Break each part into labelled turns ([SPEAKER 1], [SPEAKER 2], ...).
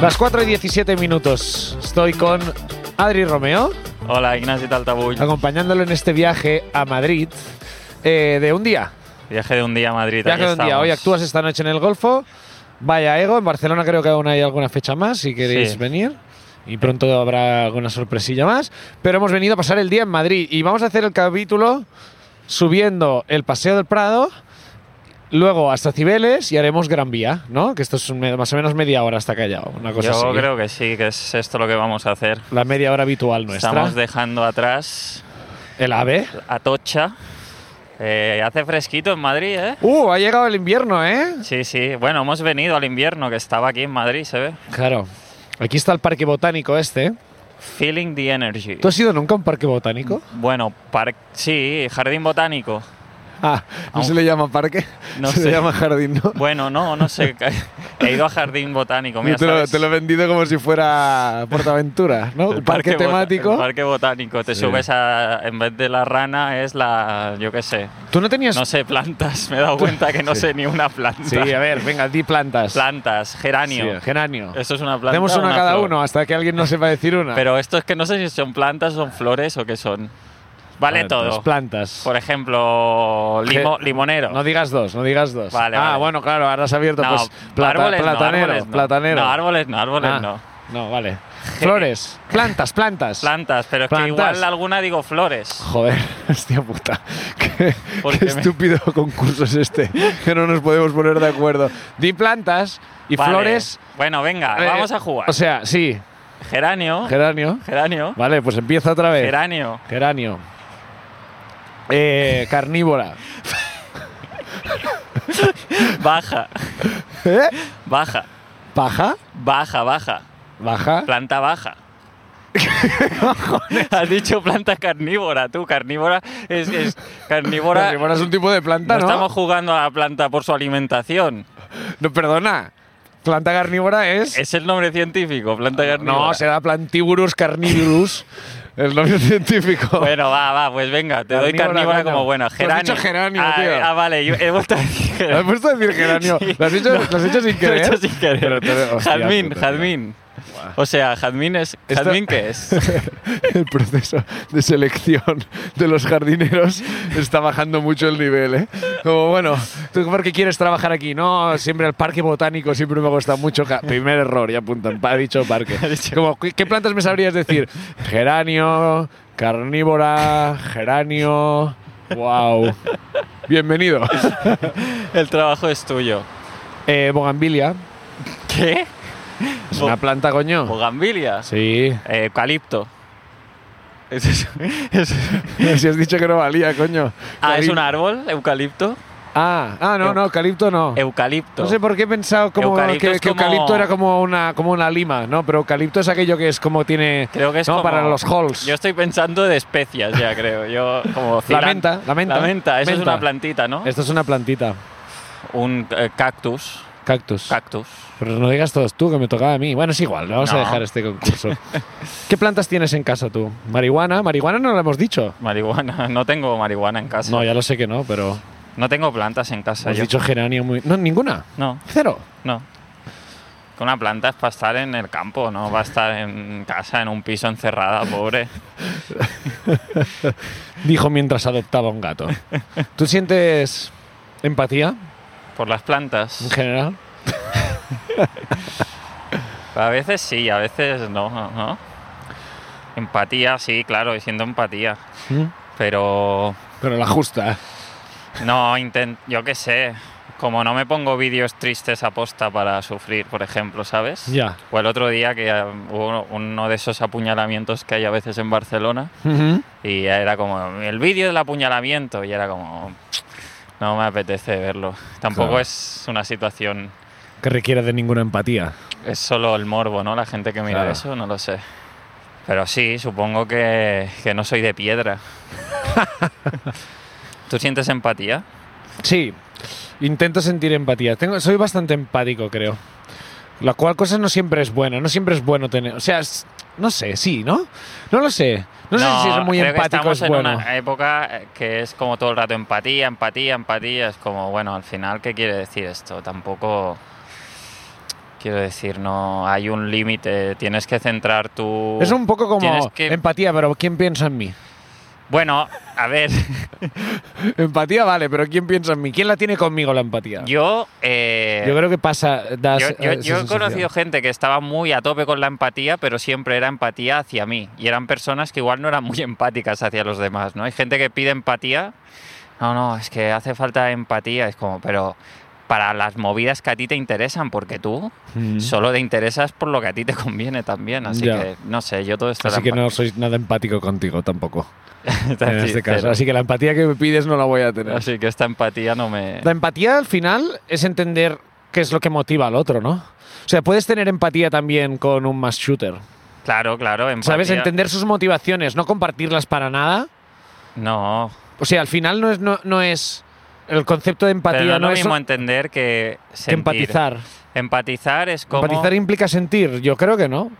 [SPEAKER 1] Las 4 y 17 minutos. Estoy con Adri Romeo,
[SPEAKER 2] Hola, Ignacio Taltabull.
[SPEAKER 1] acompañándolo en este viaje a Madrid eh, de un día.
[SPEAKER 2] Viaje de un día a Madrid.
[SPEAKER 1] Viaje
[SPEAKER 2] aquí
[SPEAKER 1] de un día.
[SPEAKER 2] estamos.
[SPEAKER 1] Hoy actúas esta noche en el Golfo. Vaya ego. En Barcelona creo que aún hay alguna fecha más si queréis
[SPEAKER 2] Sí.
[SPEAKER 1] venir. Y pronto habrá alguna sorpresilla más. Pero hemos venido a pasar el día en Madrid. Y vamos a hacer el capítulo subiendo el Paseo del Prado. Luego hasta Cibeles y haremos Gran Vía, ¿no? Que esto es un me- más o menos media hora hasta Callao, una cosa
[SPEAKER 2] Yo
[SPEAKER 1] así.
[SPEAKER 2] creo que sí, que es esto lo que vamos a hacer.
[SPEAKER 1] La media hora habitual nuestra.
[SPEAKER 2] Estamos dejando atrás
[SPEAKER 1] El AVE.
[SPEAKER 2] Atocha. Eh, hace fresquito en Madrid, ¿eh?
[SPEAKER 1] Uh, ha llegado el invierno, ¿eh?
[SPEAKER 2] Sí, sí. Bueno, hemos venido al invierno, que estaba aquí en Madrid, se ve.
[SPEAKER 1] Claro. Aquí está el parque botánico este.
[SPEAKER 2] Feeling the energy.
[SPEAKER 1] ¿Tú has ido nunca a un parque botánico?
[SPEAKER 2] Bueno, par- sí, jardín botánico.
[SPEAKER 1] Ah, no
[SPEAKER 2] Aún-
[SPEAKER 1] se le llama parque,
[SPEAKER 2] No
[SPEAKER 1] se le
[SPEAKER 2] sé.
[SPEAKER 1] llama jardín, ¿no?
[SPEAKER 2] Bueno, no, no sé. He ido a jardín botánico. Mira,
[SPEAKER 1] Yo te, lo,
[SPEAKER 2] ¿sabes?
[SPEAKER 1] te lo he vendido como si fuera Portaventura, ¿no?
[SPEAKER 2] El
[SPEAKER 1] Un parque,
[SPEAKER 2] bota-
[SPEAKER 1] temático.
[SPEAKER 2] el parque botánico. Te
[SPEAKER 1] Sí.
[SPEAKER 2] subes a. En vez de la rana, es la. Yo qué sé.
[SPEAKER 1] Tú no tenías...
[SPEAKER 2] No sé, plantas. Me he dado cuenta que no
[SPEAKER 1] Sí.
[SPEAKER 2] sé ni una planta.
[SPEAKER 1] sí, a ver, venga, di plantas.
[SPEAKER 2] Plantas,
[SPEAKER 1] Sí,
[SPEAKER 2] geranio.
[SPEAKER 1] geranio.
[SPEAKER 2] Esto es una planta.
[SPEAKER 1] Hacemos
[SPEAKER 2] o
[SPEAKER 1] una, cada
[SPEAKER 2] flor?
[SPEAKER 1] uno hasta que alguien no sepa decir una.
[SPEAKER 2] Pero esto es que no sé si son plantas, son flores o qué son. Vale
[SPEAKER 1] Plantas,
[SPEAKER 2] todo.
[SPEAKER 1] Plantas.
[SPEAKER 2] Por ejemplo, limo-
[SPEAKER 1] Ge-
[SPEAKER 2] limonero.
[SPEAKER 1] No digas dos, no digas dos.
[SPEAKER 2] Vale,
[SPEAKER 1] ah,
[SPEAKER 2] vale.
[SPEAKER 1] bueno, claro, ahora has abierto
[SPEAKER 2] No,
[SPEAKER 1] pues, plata-
[SPEAKER 2] árboles no,
[SPEAKER 1] platanero,
[SPEAKER 2] árboles no.
[SPEAKER 1] platanero.
[SPEAKER 2] No, árboles no, árboles
[SPEAKER 1] Ah,
[SPEAKER 2] no.
[SPEAKER 1] No, vale. Flores, plantas, plantas.
[SPEAKER 2] Plantas, pero es
[SPEAKER 1] Plantas.
[SPEAKER 2] que igual alguna digo flores.
[SPEAKER 1] Joder, hostia puta. Qué,
[SPEAKER 2] ¿Por
[SPEAKER 1] qué
[SPEAKER 2] qué me-
[SPEAKER 1] estúpido concurso es este, que no nos podemos poner de acuerdo. Di plantas y
[SPEAKER 2] Vale.
[SPEAKER 1] flores.
[SPEAKER 2] Bueno, venga,
[SPEAKER 1] eh,
[SPEAKER 2] vamos a jugar.
[SPEAKER 1] O sea, sí,
[SPEAKER 2] geranio.
[SPEAKER 1] geranio.
[SPEAKER 2] geranio.
[SPEAKER 1] Vale, pues empieza otra vez.
[SPEAKER 2] Geranio.
[SPEAKER 1] Geranio. Eh, carnívora.
[SPEAKER 2] Baja.
[SPEAKER 1] ¿Eh?
[SPEAKER 2] Baja.
[SPEAKER 1] ¿Paja?
[SPEAKER 2] Baja, baja.
[SPEAKER 1] ¿Baja?
[SPEAKER 2] Planta baja. Has dicho planta carnívora, tú. Carnívora es, es- carnívora.
[SPEAKER 1] Carnívora es un tipo de
[SPEAKER 2] no
[SPEAKER 1] planta, ¿no?
[SPEAKER 2] estamos jugando a la planta por su alimentación.
[SPEAKER 1] No, perdona. Planta carnívora es.
[SPEAKER 2] Es el nombre científico, planta carnívora.
[SPEAKER 1] No, será plantíburus carnivirus. el nombre científico.
[SPEAKER 2] Bueno, va, va, pues venga, te doy
[SPEAKER 1] Carnívora,
[SPEAKER 2] carnívora
[SPEAKER 1] coño.
[SPEAKER 2] como bueno.
[SPEAKER 1] Tú has dicho geranio,
[SPEAKER 2] ah,
[SPEAKER 1] tío.
[SPEAKER 2] ah, vale, yo he vuelto a decir
[SPEAKER 1] ¿Lo has
[SPEAKER 2] geranio.
[SPEAKER 1] puesto a decir geranio?
[SPEAKER 2] Sí.
[SPEAKER 1] ¿Lo, has hecho,
[SPEAKER 2] No,
[SPEAKER 1] lo has hecho sin
[SPEAKER 2] Lo he
[SPEAKER 1] querer?
[SPEAKER 2] hecho sin querer.
[SPEAKER 1] Pero te- hostia,
[SPEAKER 2] jazmín,
[SPEAKER 1] puta,
[SPEAKER 2] jazmín. O sea, jazmín es.
[SPEAKER 1] Esto-
[SPEAKER 2] ¿Jazmín qué es?
[SPEAKER 1] el proceso de selección de los jardineros está bajando mucho el nivel, ¿eh? Como, bueno, ¿tú por qué quieres trabajar aquí? No, siempre el parque botánico siempre me gusta mucho. Ja- Primer error, ya apuntan, ha dicho parque.
[SPEAKER 2] Ha dicho-
[SPEAKER 1] Como, ¿qué, qué plantas me sabrías decir? Geranio, carnívora, geranio... Wow. Bienvenido.
[SPEAKER 2] El trabajo es tuyo.
[SPEAKER 1] Eh, bogambilia.
[SPEAKER 2] ¿Qué?
[SPEAKER 1] Es
[SPEAKER 2] Bo-
[SPEAKER 1] una planta, coño.
[SPEAKER 2] Bogambilia.
[SPEAKER 1] Sí.
[SPEAKER 2] Eh, eucalipto. Es eso- es-
[SPEAKER 1] Si has dicho que no valía, coño.
[SPEAKER 2] ah, es
[SPEAKER 1] Cali-
[SPEAKER 2] un árbol, eucalipto.
[SPEAKER 1] Ah, ah, no,
[SPEAKER 2] Eu-
[SPEAKER 1] no, eucalipto
[SPEAKER 2] Eh,
[SPEAKER 1] no.
[SPEAKER 2] Eucalipto.
[SPEAKER 1] No sé por qué he pensado como
[SPEAKER 2] Eucalipto
[SPEAKER 1] que,
[SPEAKER 2] es
[SPEAKER 1] que
[SPEAKER 2] como-
[SPEAKER 1] eucalipto era como una, como una lima, ¿no? Pero eucalipto es aquello que es como tiene.
[SPEAKER 2] creo que es
[SPEAKER 1] ¿no?
[SPEAKER 2] como-
[SPEAKER 1] para los halls.
[SPEAKER 2] Yo estoy pensando de especias ya, creo. Yo como
[SPEAKER 1] La
[SPEAKER 2] cilan-
[SPEAKER 1] menta, la menta.
[SPEAKER 2] eso es
[SPEAKER 1] Menta.
[SPEAKER 2] una plantita, ¿no?
[SPEAKER 1] Esto es una plantita.
[SPEAKER 2] Un eh, cactus.
[SPEAKER 1] Cactus.
[SPEAKER 2] Cactus.
[SPEAKER 1] Pero no digas todos tú, que me tocaba a mí. Bueno, es igual, vamos a
[SPEAKER 2] No.
[SPEAKER 1] dejar este concurso. ¿Qué plantas tienes en casa tú? ¿Marihuana? ¿Marihuana no lo hemos dicho?
[SPEAKER 2] Marihuana. No tengo marihuana en casa.
[SPEAKER 1] No,
[SPEAKER 2] No,
[SPEAKER 1] ya lo sé que no, pero.
[SPEAKER 2] tengo plantas en casa.
[SPEAKER 1] Has
[SPEAKER 2] Yo.
[SPEAKER 1] dicho geranio muy. No, ninguna.
[SPEAKER 2] No,
[SPEAKER 1] Cero.
[SPEAKER 2] no. Que Una planta es para estar en el campo, no va a estar en casa, en un piso encerrada, pobre.
[SPEAKER 1] Dijo mientras adoptaba un gato. ¿Tú sientes empatía
[SPEAKER 2] Por las plantas.
[SPEAKER 1] en general?
[SPEAKER 2] A veces sí, a veces no, ¿no? Empatía, sí, claro, y siento empatía.
[SPEAKER 1] ¿Mm?
[SPEAKER 2] Pero
[SPEAKER 1] Pero la justa.
[SPEAKER 2] no, inten- yo qué sé. Como no me pongo vídeos tristes a posta para sufrir, por ejemplo, ¿sabes?
[SPEAKER 1] Ya.
[SPEAKER 2] O el otro día que eh, hubo uno- uno de esos apuñalamientos que hay a veces en Barcelona.
[SPEAKER 1] Ujú.
[SPEAKER 2] Y era como, el vídeo del apuñalamiento. Y era como, No me apetece verlo. Tampoco
[SPEAKER 1] Claro.
[SPEAKER 2] es una situación.
[SPEAKER 1] Que requiera de ninguna empatía.
[SPEAKER 2] Es solo el morbo, ¿no? La gente que mira
[SPEAKER 1] Claro.
[SPEAKER 2] eso, no lo sé. Pero sí, supongo que, que no soy de piedra. ¿Tú sientes empatía?
[SPEAKER 1] Sí, intento sentir empatía. Tengo, soy bastante empático, creo. La cual cosa no siempre es buena, no siempre es bueno tener. O sea, es- no sé, sí, ¿no? No lo sé. No, sé si ser muy
[SPEAKER 2] creo que
[SPEAKER 1] empático
[SPEAKER 2] estamos
[SPEAKER 1] es
[SPEAKER 2] en
[SPEAKER 1] bueno.
[SPEAKER 2] una época eh, que es como todo el rato empatía, empatía, empatía. Es como, bueno, al final, ¿qué quiere decir esto? Tampoco. Quiero decir, no hay un límite. Tienes que centrar tu.
[SPEAKER 1] Es un poco
[SPEAKER 2] tienes
[SPEAKER 1] como em
[SPEAKER 2] que-
[SPEAKER 1] empatía, pero ¿quién piensa en mí?
[SPEAKER 2] Bueno, a ver,
[SPEAKER 1] Empatía vale, pero ¿quién piensa en mí? ¿Quién la tiene conmigo la empatía?
[SPEAKER 2] yo. eh,
[SPEAKER 1] Yo creo que pasa. da esa-
[SPEAKER 2] yo- yo-
[SPEAKER 1] esa
[SPEAKER 2] yo he
[SPEAKER 1] sensación.
[SPEAKER 2] conocido gente que estaba muy a tope con la empatía, pero siempre era empatía hacia mí. Y eran personas que igual no eran muy empáticas hacia los demás, ¿no? Hay gente que pide empatía. No, no, es que hace falta empatía. Es como, pero para las movidas que a ti te interesan, porque tú
[SPEAKER 1] Mm.
[SPEAKER 2] solo te interesas por lo que a ti te conviene también. Así
[SPEAKER 1] Ya.
[SPEAKER 2] que, no sé, yo todo esto... de
[SPEAKER 1] Así
[SPEAKER 2] la
[SPEAKER 1] que no
[SPEAKER 2] empatía-
[SPEAKER 1] soy nada empático contigo tampoco.
[SPEAKER 2] Está
[SPEAKER 1] En este
[SPEAKER 2] sincero.
[SPEAKER 1] caso. Así que la empatía que me pides no la voy a tener.
[SPEAKER 2] Así que esta empatía no me...
[SPEAKER 1] La empatía al final es entender qué es lo que motiva al otro, ¿no? O sea, puedes tener empatía también con un mass shooter.
[SPEAKER 2] Claro, claro, empatía...
[SPEAKER 1] ¿Sabes? Entender sus motivaciones, no compartirlas para nada.
[SPEAKER 2] No,
[SPEAKER 1] O sea, al final no es. No, no es el concepto de empatía
[SPEAKER 2] pero no es lo
[SPEAKER 1] es
[SPEAKER 2] mismo entender que
[SPEAKER 1] que
[SPEAKER 2] sentir.
[SPEAKER 1] empatizar.
[SPEAKER 2] Empatizar es como...
[SPEAKER 1] Empatizar implica sentir, yo creo que no.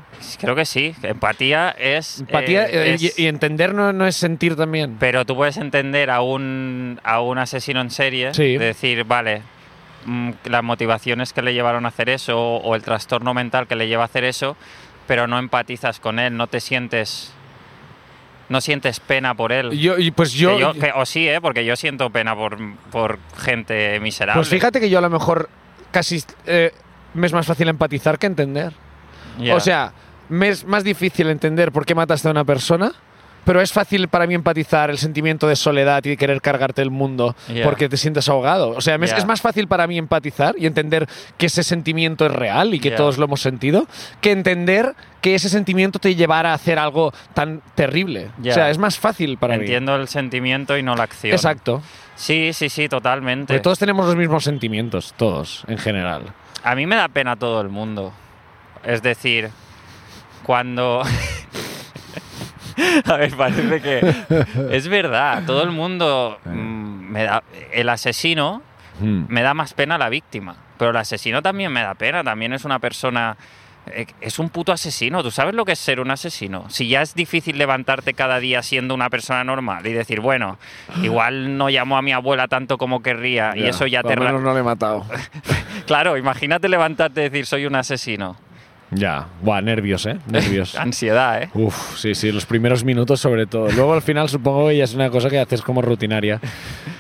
[SPEAKER 2] Creo que sí. Empatía es...
[SPEAKER 1] Empatía
[SPEAKER 2] eh,
[SPEAKER 1] eh,
[SPEAKER 2] es-
[SPEAKER 1] y, y entender no, no es sentir también.
[SPEAKER 2] Pero tú puedes entender a un, a un asesino en serie,
[SPEAKER 1] Sí.
[SPEAKER 2] de decir, vale, mm, las motivaciones que le llevaron a hacer eso o, o el trastorno mental que le lleva a hacer eso, pero no empatizas con él, no te sientes... No sientes pena por él.
[SPEAKER 1] Yo, y pues
[SPEAKER 2] Que
[SPEAKER 1] yo.
[SPEAKER 2] yo- que- o sí, ¿eh? porque yo siento pena por, por gente miserable.
[SPEAKER 1] pues fíjate que yo a lo mejor casi eh, me es más fácil empatizar que entender.
[SPEAKER 2] Ya.
[SPEAKER 1] O sea, me es más difícil entender por qué mataste a una persona, pero es fácil para mí empatizar el sentimiento de soledad y de querer cargarte el mundo
[SPEAKER 2] Ya.
[SPEAKER 1] porque te sientes ahogado. O sea, me es-
[SPEAKER 2] Ya.
[SPEAKER 1] es más fácil para mí empatizar y entender que ese sentimiento es real y que
[SPEAKER 2] Ya.
[SPEAKER 1] todos lo hemos sentido que entender que ese sentimiento te llevara a hacer algo tan terrible.
[SPEAKER 2] Ya.
[SPEAKER 1] O sea, es más fácil para
[SPEAKER 2] Entiendo el sentimiento y no la
[SPEAKER 1] mí.
[SPEAKER 2] acción.
[SPEAKER 1] Exacto. Pues
[SPEAKER 2] Sí, sí, sí, totalmente.
[SPEAKER 1] Porque todos tenemos los mismos sentimientos, todos, en general.
[SPEAKER 2] A mí me da pena todo el mundo. Es decir, cuando... A ver, parece que... Es verdad, todo el mundo... mm, me da... El asesino
[SPEAKER 1] Mm.
[SPEAKER 2] me da más pena la víctima, pero el asesino también me da pena, también es una persona... eh, Es un puto asesino, ¿tú sabes lo que es ser un asesino? Si ya es difícil levantarte cada día siendo una persona normal y decir, bueno, igual no llamó a mi abuela tanto como querría y eso ya te...
[SPEAKER 1] Por lo
[SPEAKER 2] ra-
[SPEAKER 1] menos no le he matado.
[SPEAKER 2] Claro, imagínate levantarte y decir, soy un asesino.
[SPEAKER 1] ya, buah, nervios, ¿eh? Nervios.
[SPEAKER 2] Ansiedad, ¿eh?
[SPEAKER 1] Uf, sí, sí, los primeros minutos sobre todo. Luego al final supongo que ya es una cosa que haces como rutinaria.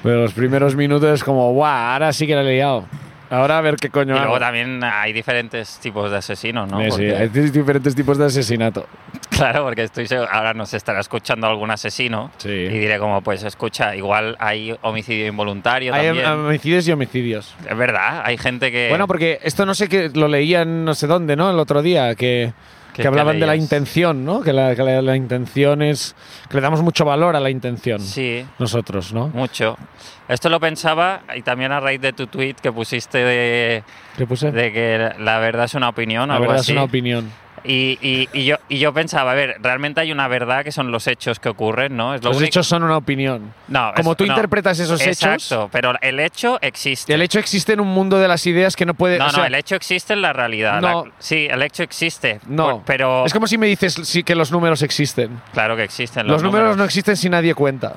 [SPEAKER 1] Pero los primeros minutos es como, guau, ahora sí que la he liado. Ahora a ver qué
[SPEAKER 2] Y
[SPEAKER 1] coño hago.
[SPEAKER 2] luego también hay diferentes tipos de asesinos, ¿no?
[SPEAKER 1] Sí, sí,
[SPEAKER 2] Porque-
[SPEAKER 1] hay di- diferentes tipos de asesinato.
[SPEAKER 2] Claro, porque estoy seguro- ahora nos estará escuchando algún asesino
[SPEAKER 1] Sí.
[SPEAKER 2] y diré como, pues escucha, igual hay homicidio involuntario
[SPEAKER 1] Hay
[SPEAKER 2] también. Eh.
[SPEAKER 1] homicidios y homicidios.
[SPEAKER 2] Es verdad, hay gente que...
[SPEAKER 1] Bueno, porque esto no sé qué, lo leía en no sé dónde, ¿no? El otro día, que,
[SPEAKER 2] ¿Qué-
[SPEAKER 1] que hablaban
[SPEAKER 2] qué
[SPEAKER 1] de la
[SPEAKER 2] leías?
[SPEAKER 1] intención, ¿no? Que, la, que la- la intención es. que le damos mucho valor a la intención.
[SPEAKER 2] Sí,
[SPEAKER 1] Nosotros, ¿no?
[SPEAKER 2] mucho. Esto lo pensaba y también a raíz de tu tweet que pusiste de,
[SPEAKER 1] ¿Qué puse?
[SPEAKER 2] de que la verdad es una opinión o
[SPEAKER 1] la
[SPEAKER 2] algo
[SPEAKER 1] verdad es
[SPEAKER 2] así.
[SPEAKER 1] una opinión.
[SPEAKER 2] y, y- y yo, y yo pensaba, a ver, realmente hay una verdad que son los hechos que ocurren, ¿no? Es lo
[SPEAKER 1] Los
[SPEAKER 2] único-
[SPEAKER 1] hechos son una opinión.
[SPEAKER 2] No,
[SPEAKER 1] Como
[SPEAKER 2] es-
[SPEAKER 1] tú
[SPEAKER 2] no.
[SPEAKER 1] interpretas esos hechos.
[SPEAKER 2] Exacto, pero el hecho existe.
[SPEAKER 1] El hecho existe en un mundo de las ideas que no puede.
[SPEAKER 2] no,
[SPEAKER 1] o sea,
[SPEAKER 2] no, el hecho existe en la realidad.
[SPEAKER 1] No.
[SPEAKER 2] La- sí, el hecho existe.
[SPEAKER 1] no.
[SPEAKER 2] por- pero
[SPEAKER 1] Es como si me dices sí, que los números existen.
[SPEAKER 2] claro que existen.
[SPEAKER 1] Los, números, no existen si nadie cuenta.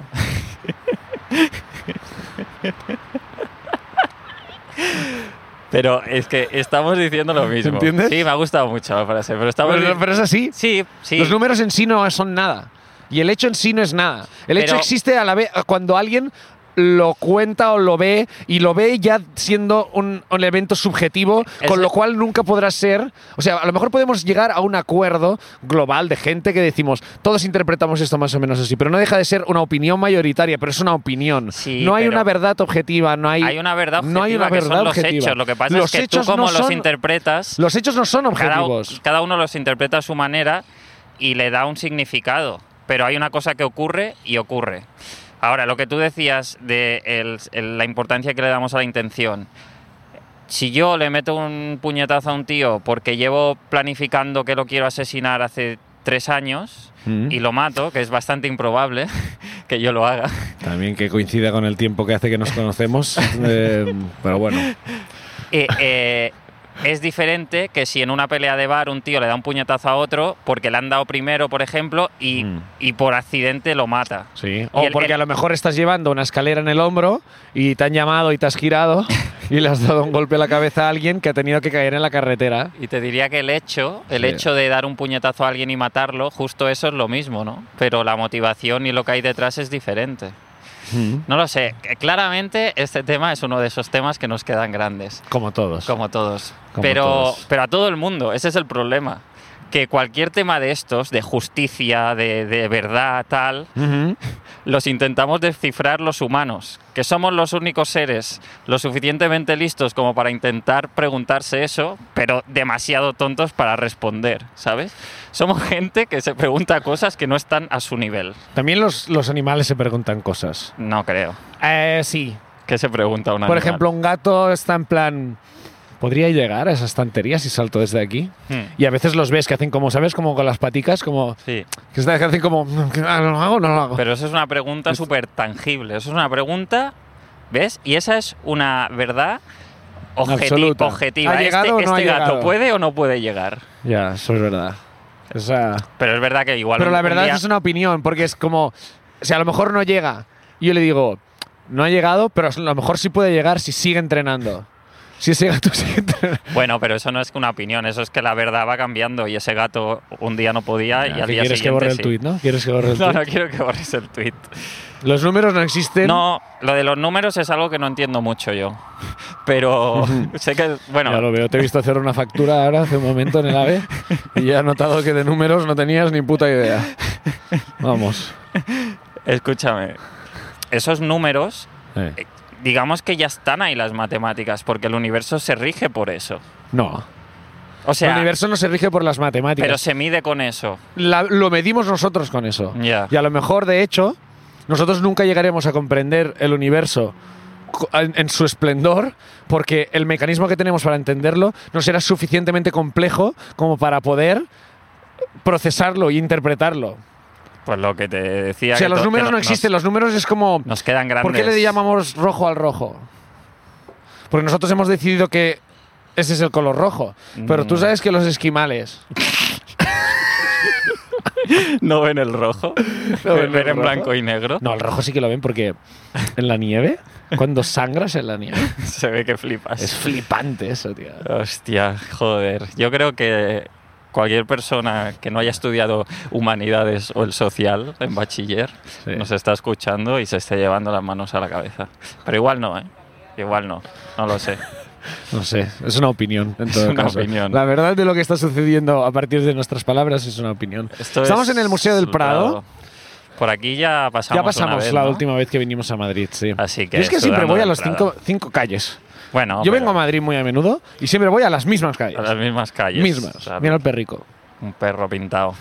[SPEAKER 2] Pero es que estamos diciendo lo mismo.
[SPEAKER 1] ¿Entiendes?
[SPEAKER 2] Sí, me ha gustado mucho la frase. Pero estamos.
[SPEAKER 1] Pero,
[SPEAKER 2] di-
[SPEAKER 1] pero es así.
[SPEAKER 2] sí, sí.
[SPEAKER 1] Los números en sí no son nada. Y el hecho en sí no es nada. El hecho
[SPEAKER 2] Pero-
[SPEAKER 1] existe a la vez cuando alguien lo cuenta o lo ve y lo ve ya siendo un, un evento subjetivo,
[SPEAKER 2] Es-
[SPEAKER 1] con lo cual nunca podrá ser. O sea, a lo mejor podemos llegar a un acuerdo global de gente que decimos, todos interpretamos esto más o menos así, pero no deja de ser una opinión mayoritaria, pero es una opinión.
[SPEAKER 2] Sí,
[SPEAKER 1] no hay
[SPEAKER 2] pero-
[SPEAKER 1] una verdad objetiva, no hay.
[SPEAKER 2] Hay una verdad objetiva
[SPEAKER 1] no hay una
[SPEAKER 2] que son
[SPEAKER 1] verdad
[SPEAKER 2] los
[SPEAKER 1] objetiva.
[SPEAKER 2] hechos. Lo que pasa
[SPEAKER 1] Los
[SPEAKER 2] es que tú
[SPEAKER 1] hechos no
[SPEAKER 2] como los
[SPEAKER 1] son-
[SPEAKER 2] interpretas,
[SPEAKER 1] Los hechos no son
[SPEAKER 2] cada,
[SPEAKER 1] objetivos.
[SPEAKER 2] cada uno los interpreta a su manera y le da un significado. Pero hay una cosa que ocurre y ocurre. Ahora, lo que tú decías de el- el- la importancia que le damos a la intención. Si yo le meto un puñetazo a un tío porque llevo planificando que lo quiero asesinar hace tres años
[SPEAKER 1] Mm.
[SPEAKER 2] y lo mato, que es bastante improbable que yo lo haga,
[SPEAKER 1] También que coincida con el tiempo que hace que nos conocemos. eh, pero bueno.
[SPEAKER 2] eh, eh, es diferente que si en una pelea de bar un tío le da un puñetazo a otro porque le han dado primero, por ejemplo, y,
[SPEAKER 1] Mm.
[SPEAKER 2] y por accidente lo mata.
[SPEAKER 1] Sí. O
[SPEAKER 2] Y el-
[SPEAKER 1] porque
[SPEAKER 2] el-
[SPEAKER 1] a lo mejor estás llevando una escalera en el hombro y te han llamado y te has girado y le has dado un golpe a la cabeza a alguien que ha tenido que caer en la carretera.
[SPEAKER 2] Y te diría que el hecho, el
[SPEAKER 1] Sí.
[SPEAKER 2] hecho de dar un puñetazo a alguien y matarlo, justo eso es lo mismo, ¿no? Pero la motivación y lo que hay detrás es diferente. No lo sé, eh, claramente este tema es uno de esos temas que nos quedan grandes,
[SPEAKER 1] Como todos.
[SPEAKER 2] como todos.
[SPEAKER 1] Como
[SPEAKER 2] pero,
[SPEAKER 1] todos.
[SPEAKER 2] pero a todo el mundo, ese es el problema. Que cualquier tema de estos, de justicia, de, de verdad, tal,
[SPEAKER 1] Ujú.
[SPEAKER 2] los intentamos descifrar los humanos, que somos los únicos seres lo suficientemente listos como para intentar preguntarse eso, pero demasiado tontos para responder, ¿sabes? Somos gente que se pregunta cosas que no están a su nivel.
[SPEAKER 1] También los, los animales se preguntan cosas.
[SPEAKER 2] No creo.
[SPEAKER 1] Eh, sí.
[SPEAKER 2] ¿Qué se pregunta una
[SPEAKER 1] Por ejemplo, un gato está en plan. ¿Podría llegar a esa estantería si salto desde aquí? Y a veces los ves que hacen como, ¿sabes? Como con las paticas, como.
[SPEAKER 2] Hmm. Sí,
[SPEAKER 1] Que está- que hacen como. "Ah, ¿Lo hago o no lo hago?
[SPEAKER 2] pero eso es una pregunta súper tangible. Eso es una pregunta, ¿ves? Y esa es una verdad objeti-
[SPEAKER 1] Absoluta.
[SPEAKER 2] objetiva.
[SPEAKER 1] ¿Ha llegado
[SPEAKER 2] este
[SPEAKER 1] o no ha
[SPEAKER 2] este gato
[SPEAKER 1] llegado?
[SPEAKER 2] puede o no puede llegar.
[SPEAKER 1] ya, eso es verdad. O sea.
[SPEAKER 2] Pero es verdad que igual.
[SPEAKER 1] Pero
[SPEAKER 2] un-
[SPEAKER 1] la
[SPEAKER 2] un
[SPEAKER 1] verdad
[SPEAKER 2] día-
[SPEAKER 1] es una opinión, porque es como, o sea, a lo mejor no llega. Y Yo le digo, no ha llegado, pero a lo mejor sí puede llegar si sigue entrenando. Si ese gato sigue entrenando.
[SPEAKER 2] Bueno, pero eso no es que una opinión, eso es que la verdad va cambiando y ese gato un día no podía y al
[SPEAKER 1] ¿Qué
[SPEAKER 2] día
[SPEAKER 1] ¿Quieres
[SPEAKER 2] siguiente
[SPEAKER 1] que borre el
[SPEAKER 2] sí.
[SPEAKER 1] tuit, no? ¿Quieres que borre el
[SPEAKER 2] No,
[SPEAKER 1] tuit?
[SPEAKER 2] no quiero que borres el tweet.
[SPEAKER 1] Los números no existen.
[SPEAKER 2] No, lo de los números es algo que no entiendo mucho yo. Pero sé que, bueno,
[SPEAKER 1] Ya lo veo, te he visto hacer una factura ahora hace un momento en el AVE y he notado que de números no tenías ni puta idea. Vamos.
[SPEAKER 2] escúchame. Esos números,
[SPEAKER 1] Eh,
[SPEAKER 2] eh, digamos que ya están ahí las matemáticas, porque el universo se rige por eso.
[SPEAKER 1] No.
[SPEAKER 2] O sea,
[SPEAKER 1] el universo no se rige por las matemáticas.
[SPEAKER 2] pero se mide con eso.
[SPEAKER 1] la- lo medimos nosotros con eso.
[SPEAKER 2] Ya.
[SPEAKER 1] Y a lo mejor, de hecho, nosotros nunca llegaremos a comprender el universo co- en, en su esplendor, porque el mecanismo que tenemos para entenderlo no será suficientemente complejo como para poder procesarlo e interpretarlo.
[SPEAKER 2] Pues lo que te decía.
[SPEAKER 1] o sea,
[SPEAKER 2] que
[SPEAKER 1] los
[SPEAKER 2] to- que
[SPEAKER 1] números
[SPEAKER 2] no-
[SPEAKER 1] no existen, los números es como...
[SPEAKER 2] Nos, nos quedan grandes.
[SPEAKER 1] ¿Por qué le llamamos rojo al rojo? Porque nosotros hemos decidido que ese es el color rojo, pero tú
[SPEAKER 2] Mm.
[SPEAKER 1] sabes que los esquimales...
[SPEAKER 2] No ven el rojo.
[SPEAKER 1] No ven
[SPEAKER 2] ven
[SPEAKER 1] el
[SPEAKER 2] en
[SPEAKER 1] rojo.
[SPEAKER 2] blanco y negro.
[SPEAKER 1] No, el rojo sí que lo ven porque en la nieve, cuando sangras en la nieve,
[SPEAKER 2] Se ve que flipas.
[SPEAKER 1] es flipante eso, tío.
[SPEAKER 2] Hostia, joder. Yo creo que cualquier persona que no haya estudiado humanidades o el social en bachiller
[SPEAKER 1] Sí.
[SPEAKER 2] nos está escuchando y se esté llevando las manos a la cabeza. Pero igual no, ¿eh? Igual no. No lo sé.
[SPEAKER 1] No sé, es una opinión. En todo
[SPEAKER 2] una
[SPEAKER 1] caso.
[SPEAKER 2] opinión.
[SPEAKER 1] La verdad de lo que está sucediendo a partir de nuestras palabras es una opinión.
[SPEAKER 2] Esto
[SPEAKER 1] Estamos
[SPEAKER 2] es
[SPEAKER 1] en el Museo del
[SPEAKER 2] el
[SPEAKER 1] Prado.
[SPEAKER 2] Por aquí ya pasamos.
[SPEAKER 1] ya pasamos
[SPEAKER 2] una vez,
[SPEAKER 1] la
[SPEAKER 2] ¿no?
[SPEAKER 1] última vez que vinimos a Madrid, sí.
[SPEAKER 2] Así que
[SPEAKER 1] Yo es que siempre
[SPEAKER 2] sudando
[SPEAKER 1] voy a
[SPEAKER 2] de
[SPEAKER 1] las
[SPEAKER 2] entrada.
[SPEAKER 1] cinco, cinco calles.
[SPEAKER 2] Bueno,
[SPEAKER 1] Yo
[SPEAKER 2] pero
[SPEAKER 1] vengo a Madrid muy a menudo y siempre voy a las mismas calles.
[SPEAKER 2] a las mismas calles.
[SPEAKER 1] mismas.
[SPEAKER 2] o sea,
[SPEAKER 1] Mira el perrico.
[SPEAKER 2] Un perro pintado.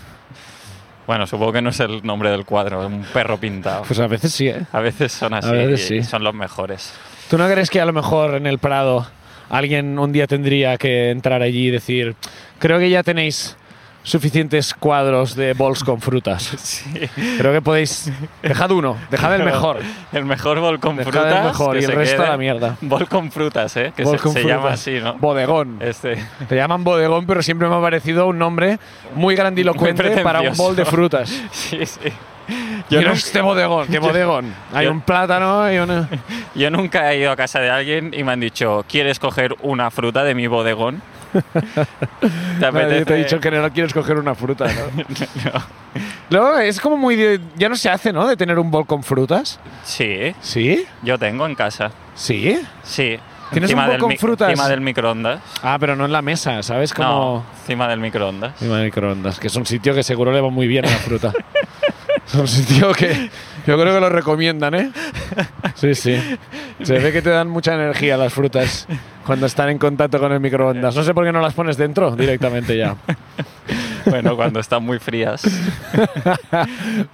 [SPEAKER 2] Bueno, supongo que no es el nombre del cuadro, un perro pintado.
[SPEAKER 1] Pues a veces sí, ¿eh?
[SPEAKER 2] A veces son así,
[SPEAKER 1] veces sí.
[SPEAKER 2] y son los mejores.
[SPEAKER 1] ¿Tú no crees que a lo mejor en el Prado alguien un día tendría que entrar allí y decir, creo que ya tenéis suficientes cuadros de bols con frutas?
[SPEAKER 2] Sí.
[SPEAKER 1] Creo que podéis... Dejad uno, dejad el mejor.
[SPEAKER 2] El mejor bol con
[SPEAKER 1] Dejad el
[SPEAKER 2] frutas.
[SPEAKER 1] mejor
[SPEAKER 2] que
[SPEAKER 1] y el
[SPEAKER 2] se
[SPEAKER 1] resto
[SPEAKER 2] quede.
[SPEAKER 1] a la mierda.
[SPEAKER 2] Bol con frutas, ¿eh? Que
[SPEAKER 1] Bol
[SPEAKER 2] se,
[SPEAKER 1] con
[SPEAKER 2] se llama
[SPEAKER 1] frutas.
[SPEAKER 2] así, ¿no?
[SPEAKER 1] Bodegón.
[SPEAKER 2] Este.
[SPEAKER 1] Te llaman bodegón, pero siempre me ha parecido un nombre muy grandilocuente
[SPEAKER 2] Muy
[SPEAKER 1] para un bol de frutas.
[SPEAKER 2] Sí, sí. Yo,
[SPEAKER 1] Yo no
[SPEAKER 2] nun-
[SPEAKER 1] este bodegón, qué bodegón. Hay
[SPEAKER 2] yo-
[SPEAKER 1] un plátano y una...
[SPEAKER 2] yo nunca he ido a casa de alguien y me han dicho, ¿quieres coger una fruta de mi bodegón? ¿Te apetece?
[SPEAKER 1] Nadie te ha dicho que no quieres coger una fruta, ¿no? No, es como muy... de- Ya no se hace, ¿no? De tener un bol con frutas.
[SPEAKER 2] Sí,
[SPEAKER 1] ¿Sí?
[SPEAKER 2] yo tengo en casa.
[SPEAKER 1] ¿Sí?
[SPEAKER 2] Sí.
[SPEAKER 1] ¿Tienes un bol
[SPEAKER 2] del
[SPEAKER 1] con
[SPEAKER 2] mi-
[SPEAKER 1] frutas?
[SPEAKER 2] Encima del microondas.
[SPEAKER 1] Ah, pero no en la mesa, ¿sabes?
[SPEAKER 2] No,
[SPEAKER 1] Como...
[SPEAKER 2] encima del microondas.
[SPEAKER 1] Encima de microondas, que es un sitio que seguro le va muy bien a la fruta. es un sitio que yo creo que lo recomiendan, ¿eh? Sí, sí. Se ve que te dan mucha energía las frutas cuando están en contacto con el microondas. No sé por qué no las pones dentro directamente ya.
[SPEAKER 2] Bueno, cuando están muy frías.